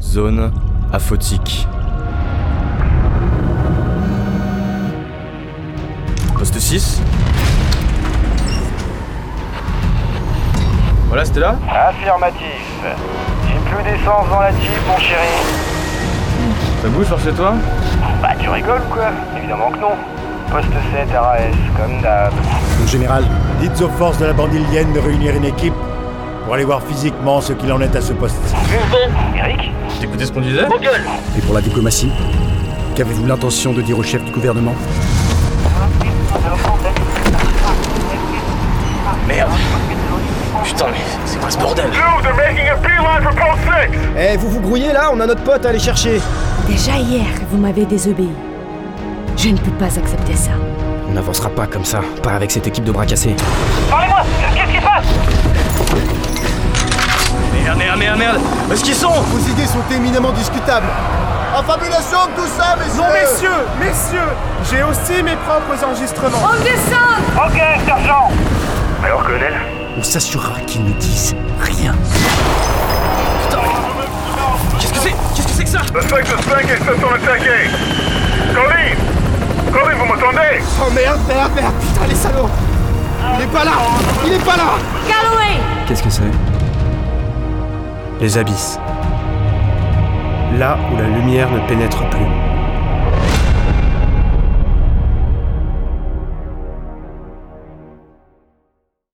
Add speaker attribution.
Speaker 1: zone aphotique. Poste 6 Voilà, c'était là
Speaker 2: Affirmatif. J'ai plus d'essence dans la Jeep, mon chéri.
Speaker 1: Ça bouge par chez toi
Speaker 2: Bah, tu rigoles ou quoi Évidemment que non. Poste 7, RAS, comme d'hab.
Speaker 3: Mon général, dites aux forces de la bandilienne de réunir une équipe pour aller voir physiquement ce qu'il en est à ce poste.
Speaker 2: Eric
Speaker 1: T'écoutais ce qu'on disait
Speaker 4: Et pour la diplomatie Qu'avez-vous l'intention de dire au chef du gouvernement
Speaker 1: Putain, mais c'est quoi ce bordel
Speaker 5: Eh, vous vous grouillez là On a notre pote à aller chercher
Speaker 6: Déjà hier, vous m'avez désobéi. Je ne peux pas accepter ça.
Speaker 4: On n'avancera pas comme ça, pas avec cette équipe de bras cassés.
Speaker 1: Merde, merde, merde, merde Où est-ce qu'ils sont
Speaker 5: Vos idées sont éminemment discutables.
Speaker 3: Affabulation de tout ça, messieurs
Speaker 7: Non, messieurs, messieurs, j'ai aussi mes propres enregistrements.
Speaker 2: Ok, sergent Alors, colonel
Speaker 4: On s'assurera qu'ils ne disent rien.
Speaker 1: Qu'est-ce que c'est Qu'est-ce que c'est que ça
Speaker 8: Le 5 de 5 est sur le taquet. Corinne Corinne, vous m'entendez
Speaker 7: Oh merde, merde, merde, putain les salauds Il est pas là Il est pas là
Speaker 6: Galloway
Speaker 4: Qu'est-ce que c'est
Speaker 9: les abysses. Là où la lumière ne pénètre plus.